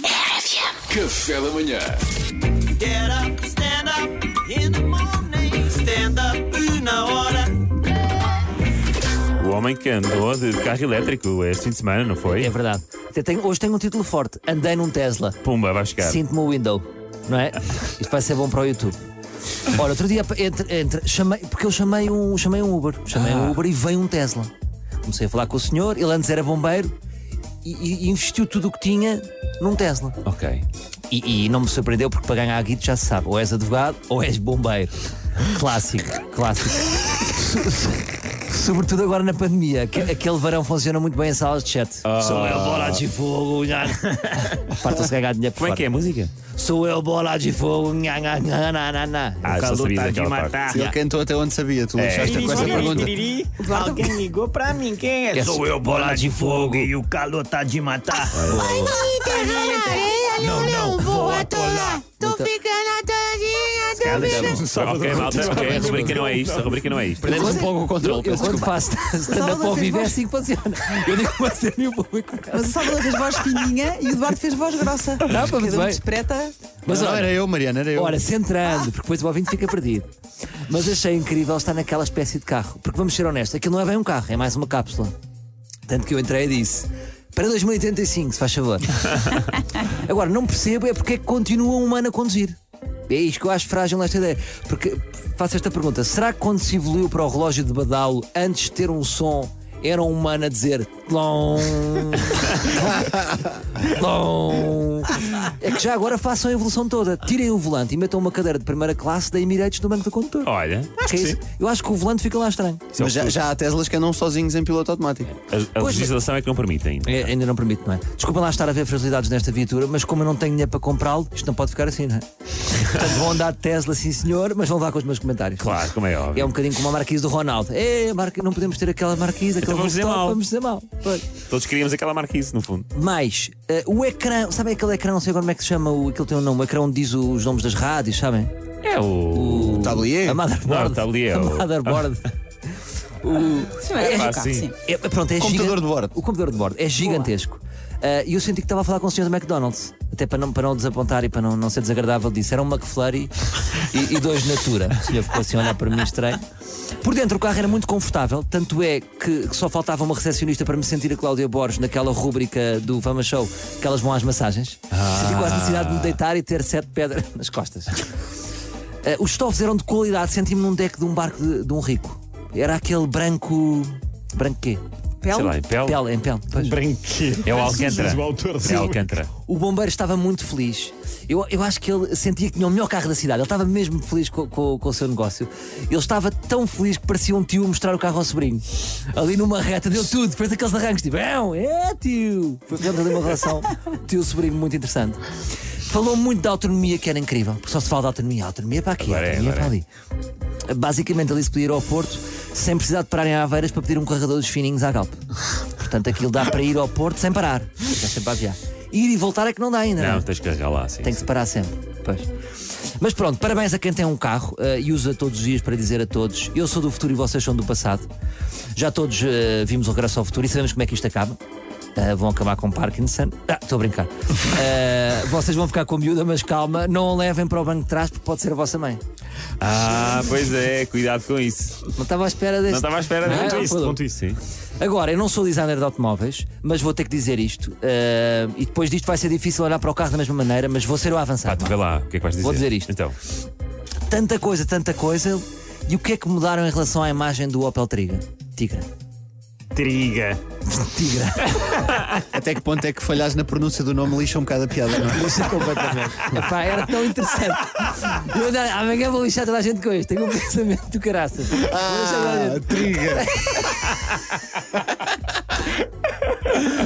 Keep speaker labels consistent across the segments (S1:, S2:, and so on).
S1: FM.
S2: Café da manhã.
S3: Get up, stand up in the morning. Stand up na hora.
S4: O homem que andou de carro elétrico este fim de semana, não foi?
S5: É verdade. Até tenho- hoje tenho um título forte. Andei num Tesla.
S4: Pumba, vai chegar.
S5: Sinto-me o window. Não é? Isto vai ser bom para o YouTube. Ora, outro dia entre, entre- chamei, porque eu chamei um, chamei um Uber. Chamei
S4: Ah.
S5: um Uber e veio um Tesla. Comecei a falar com o senhor, ele antes era bombeiro e, e investiu tudo o que tinha num Tesla.
S4: Ok.
S5: E, e não me surpreendeu porque para ganhar a guita já se sabe, ou és advogado ou és bombeiro. Clássico, clássico. So- so- Sobretudo agora na pandemia, aque- aquele varão funciona muito bem em salas de chat.
S4: Ah.
S5: Sou eu, bola de fogo, nha. Farta-se ganhar dinheiro por
S4: Como é que é a música?
S5: fora. Sou eu, bola de fogo, nha, nha, nha, nha, nha, nha.
S4: Ah, já sabia
S5: tá
S4: daquela parte. É.
S6: Ele cantou até onde sabia, tu deixaste com essa
S3: é
S6: pergunta.
S3: Alguém ligou pra mim, quem é?
S5: Esse-
S3: Sou eu, bola de fogo. E o calor tá de matar.
S7: Não, não, vou atolar. um Tô ficando atoladinha, tô ficando...
S4: Ok, malta, ok. A rubrica não é isto, a rubrica não é isto.
S6: Perdemos um pouco o controle,
S5: Eu
S6: peço
S5: quando
S6: desculpa.
S5: faço stand-up ao vivo é assim que funciona. Eu digo uma cena e o público.
S8: Mas o Salvador fez voz fininha e o Eduardo fez voz grossa. Não,
S5: muito
S8: Cada um
S5: bem.
S8: interpreta.
S5: Mas
S6: não,
S5: olha,
S6: era eu, Mariana, era eu.
S5: Ora, centrando, porque depois o ouvinte fica perdido. Mas achei incrível estar naquela espécie de carro. Porque vamos ser honestos, aquilo não é bem um carro, é mais uma cápsula. Tanto que eu entrei e disse: para 2085, se faz favor. Agora, não percebo é porque é que continua um humano a conduzir. É isto que eu acho frágil nesta ideia. Porque faço esta pergunta: será que quando se evoluiu para o relógio de badalo, antes de ter um som, era um humano a dizer tlom, tlom? É que já agora façam a evolução toda. Tirem o volante e metam uma cadeira de primeira classe da Emirates do banco do condutor.
S4: Olha,
S5: Acho que é isso. Eu acho que o volante fica lá estranho.
S6: Mas já, já há Teslas que andam sozinhos em piloto automático.
S4: a, a
S5: Pois,
S4: legislação é que não permite ainda.
S5: É, ainda não permite, não é? Desculpa lá estar a ver fragilidades nesta viatura, mas como eu não tenho dinheiro para comprá-lo, isto não pode ficar assim, não é? Portanto, vão andar de Tesla, sim senhor, mas vão levar com os meus comentários.
S4: Claro, como é
S5: É um
S4: óbvio.
S5: bocadinho como a marquise do Ronaldo. É, marca, não podemos ter aquela marquise, aquele
S4: Então vamos dizer
S5: rooftop,
S4: mal.
S5: vamos dizer mal. Pois.
S4: Todos queríamos aquela marquise, no fundo.
S5: Mais, eh, o ecrã, sabem aquele ecrã, não sei agora como é que se chama, o, aquele tem um nome, o ecrã onde diz os nomes das rádios, sabem?
S4: É o.
S6: O tablier?
S5: A motherboard.
S4: É. Não, está ali, é
S5: a
S4: o-
S5: motherboard.
S8: Sim, é,
S4: pá,
S8: um carro,
S4: sim.
S8: sim.
S5: É, pronto, é
S6: Computador
S5: gigan-
S6: de bordo.
S5: O computador de bordo é gigantesco. Ah, E eu senti que estava a falar com o senhor do McDonald's. Até para não, para não desapontar e para não, não ser desagradável, disse: era um McFlurry e, e dois Natura. O senhor ficou assim a olhar para mim estranho. Por dentro o carro era muito confortável, tanto é que, que só faltava uma recepcionista para me sentir a Cláudia Borges naquela rúbrica do Fama Show que elas vão às massagens.
S6: Ah.
S5: Senti quase a necessidade de me deitar e ter sete pedras nas costas. Ah, os estofos eram de qualidade, senti-me num deck de um barco de, de um rico. Era aquele branco. branco quê?
S8: Pele?
S4: Sei lá, em pele.
S5: Pele, em pele. pois.
S4: É o Alcântara. É o Alcântara.
S5: O bombeiro estava muito feliz. Eu, eu acho que ele sentia que tinha o melhor carro da cidade. Ele estava mesmo feliz co- co- com, o seu negócio. Ele estava tão feliz que parecia um tio mostrar o carro ao sobrinho. Ali numa reta, deu tudo. Depois daqueles arranques, tipo, é, é tio. Foi criando ali uma relação tio-sobrinho muito interessante. Falou muito da autonomia, que era incrível. Porque só se fala de autonomia. Autonomia para aqui,
S4: Agora é,
S5: autonomia
S4: agora
S5: para
S4: é.
S5: ali. Basicamente, ali se podia ir ao Porto sem precisar de pararem a Aveiras para pedir um carregador dos fininhos à Galp. Portanto, aquilo dá para ir ao Porto sem parar. Está sempre a aviar. Ir e voltar é que não dá ainda.
S4: Não,
S5: é?
S4: tens que carregar lá, sim.
S5: Tem que se parar sempre. Pois. Mas pronto, parabéns a quem tem um carro eh, e usa todos os dias para dizer a todos: eu sou do futuro e vocês são do passado. Já todos eh, vimos o regresso ao futuro e sabemos como é que isto acaba. Eh, vão acabar com Parkinson. Ah, estou a brincar. Eh, vocês vão ficar com a miúda, mas calma, não a levem para o banco de trás porque pode ser a vossa mãe.
S4: Ah, pois é, cuidado com isso.
S5: Não estava à espera deste.
S4: Não estava à espera
S5: Não,
S4: de um
S5: falou.
S4: Ponto isso, sim.
S5: Agora, eu não sou designer de automóveis, mas vou ter que dizer isto. eh, e depois disto vai ser difícil olhar para o carro da mesma maneira, mas vou ser o
S4: Ah,
S5: avançado.
S4: tu vê lá, o que é que vais dizer?
S5: Vou dizer isto.
S4: Então,
S5: tanta coisa, tanta coisa. E o que é que mudaram em relação à imagem do Opel Triga? Tigra.
S3: Triga.
S5: Tigra.
S6: Até que ponto é que falhas na pronúncia do nome lixa um bocado a piada, não é?
S5: Epá, era tão interessante. Eu, não, amanhã vou lixar toda a gente com isto. Tenho um pensamento do caraças. Vou lixar toda a gente.
S6: triga!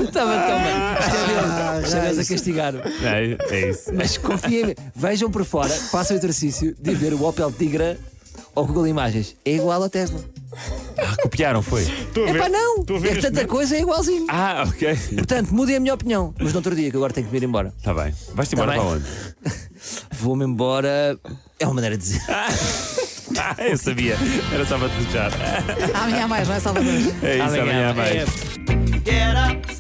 S5: Estava tão bem. Isto é
S4: Ah,
S6: Ah,
S5: Deus. Isto é Deus a castigar.
S4: é, é isso.
S5: Mas confiem, em mim. vejam por fora, façam o exercício de ver o Opel Tigra ao Google Imagens. É igual ao Tesla.
S4: Ah, copiaram, foi.
S5: Epá, não. É que tanta coisa é igualzinho.
S4: Ah, ok.
S5: Portanto, mudei a minha opinião. Mas no outro dia, que agora tenho que me ir embora.
S4: Está bem. Vais-te embora
S5: Tá
S4: para
S5: bem.
S4: onde?
S5: Vou-me embora. É uma maneira de dizer.
S4: Ah, eu sabia. Era só para te deixar.
S8: Amanhã há mais, não é, Salvador?
S4: É isso, amanhã,
S5: Amanhã,
S4: mais.
S3: Get up,